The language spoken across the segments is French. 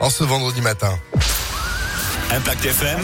en ce vendredi matin. Impact FM,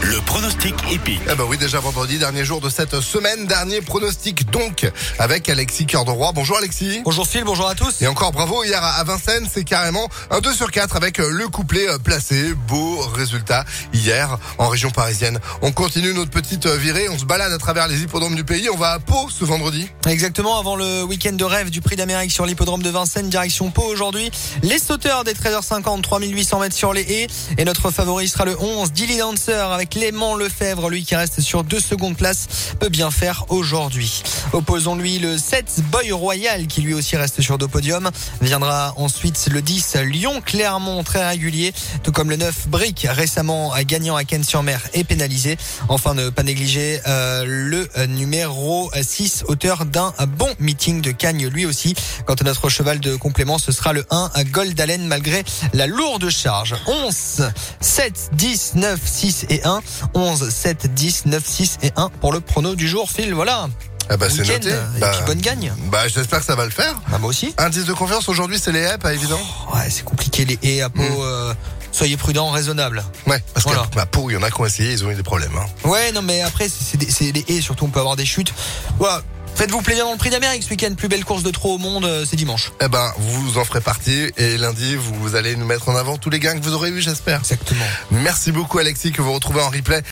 le pronostic épique. Eh ben oui, déjà vendredi, dernier jour de cette semaine, dernier pronostic donc avec Alexis Cœur de Roi. Bonjour Alexis. Bonjour Phil, bonjour à tous. Et encore bravo hier à à Vincennes, c'est carrément un 2 sur 4 avec euh, le couplet euh, placé. Beau résultat hier en région parisienne. On continue notre petite euh, virée, on se balade à travers les hippodromes du pays. On va à Pau ce vendredi. Exactement, avant le week-end de rêve du Prix d'Amérique sur l'hippodrome de Vincennes, direction Pau aujourd'hui, les sauteurs des 13h50, 3800 mètres sur les haies. Et notre favori sera le 11, Dilly Dancer avec Clément Lefebvre, lui qui reste sur deux secondes places, peut bien faire aujourd'hui. Opposons-lui le 7, Boy Royal, qui lui aussi reste sur deux podiums. Viendra ensuite le 10, Lyon Clermont, très régulier, tout comme le 9, Brick, récemment gagnant à Cannes-sur-Mer et pénalisé. Enfin, ne pas négliger euh, le numéro 6, auteur d'un bon meeting de Cagnes lui aussi. Quant à notre cheval de complément, ce sera le 1, Gold Allen, malgré la lourde charge. 11, 7, 10, 9, 6 et 1. 11, 7, 10, 9, 6 et 1 pour le prono du jour, Phil. Voilà. Ah bah c'est Week-end, noté. et Bah, puis bonne gagne. bah, j'espère que ça va le faire. Bah, moi aussi. Indice de confiance aujourd'hui, c'est les haies, pas évident. Ouais, c'est compliqué les et à peau. euh, soyez prudents, raisonnables. Ouais, parce que Voilà. bah, Pau, il y en a qui ont essayé, ils ont eu des problèmes. hein. Ouais, non, mais après, c'est- c'est des- c'est les et surtout, on peut avoir des chutes. Voilà. Faites-vous plaisir dans le prix d'Amérique ce week-end. Plus belle course de trop au monde, euh, c'est dimanche. Eh ben, vous en ferez partie et lundi, vous allez nous mettre en avant tous les gains que vous aurez eu, j'espère. Exactement. Merci beaucoup Alexis que vous retrouvez en replay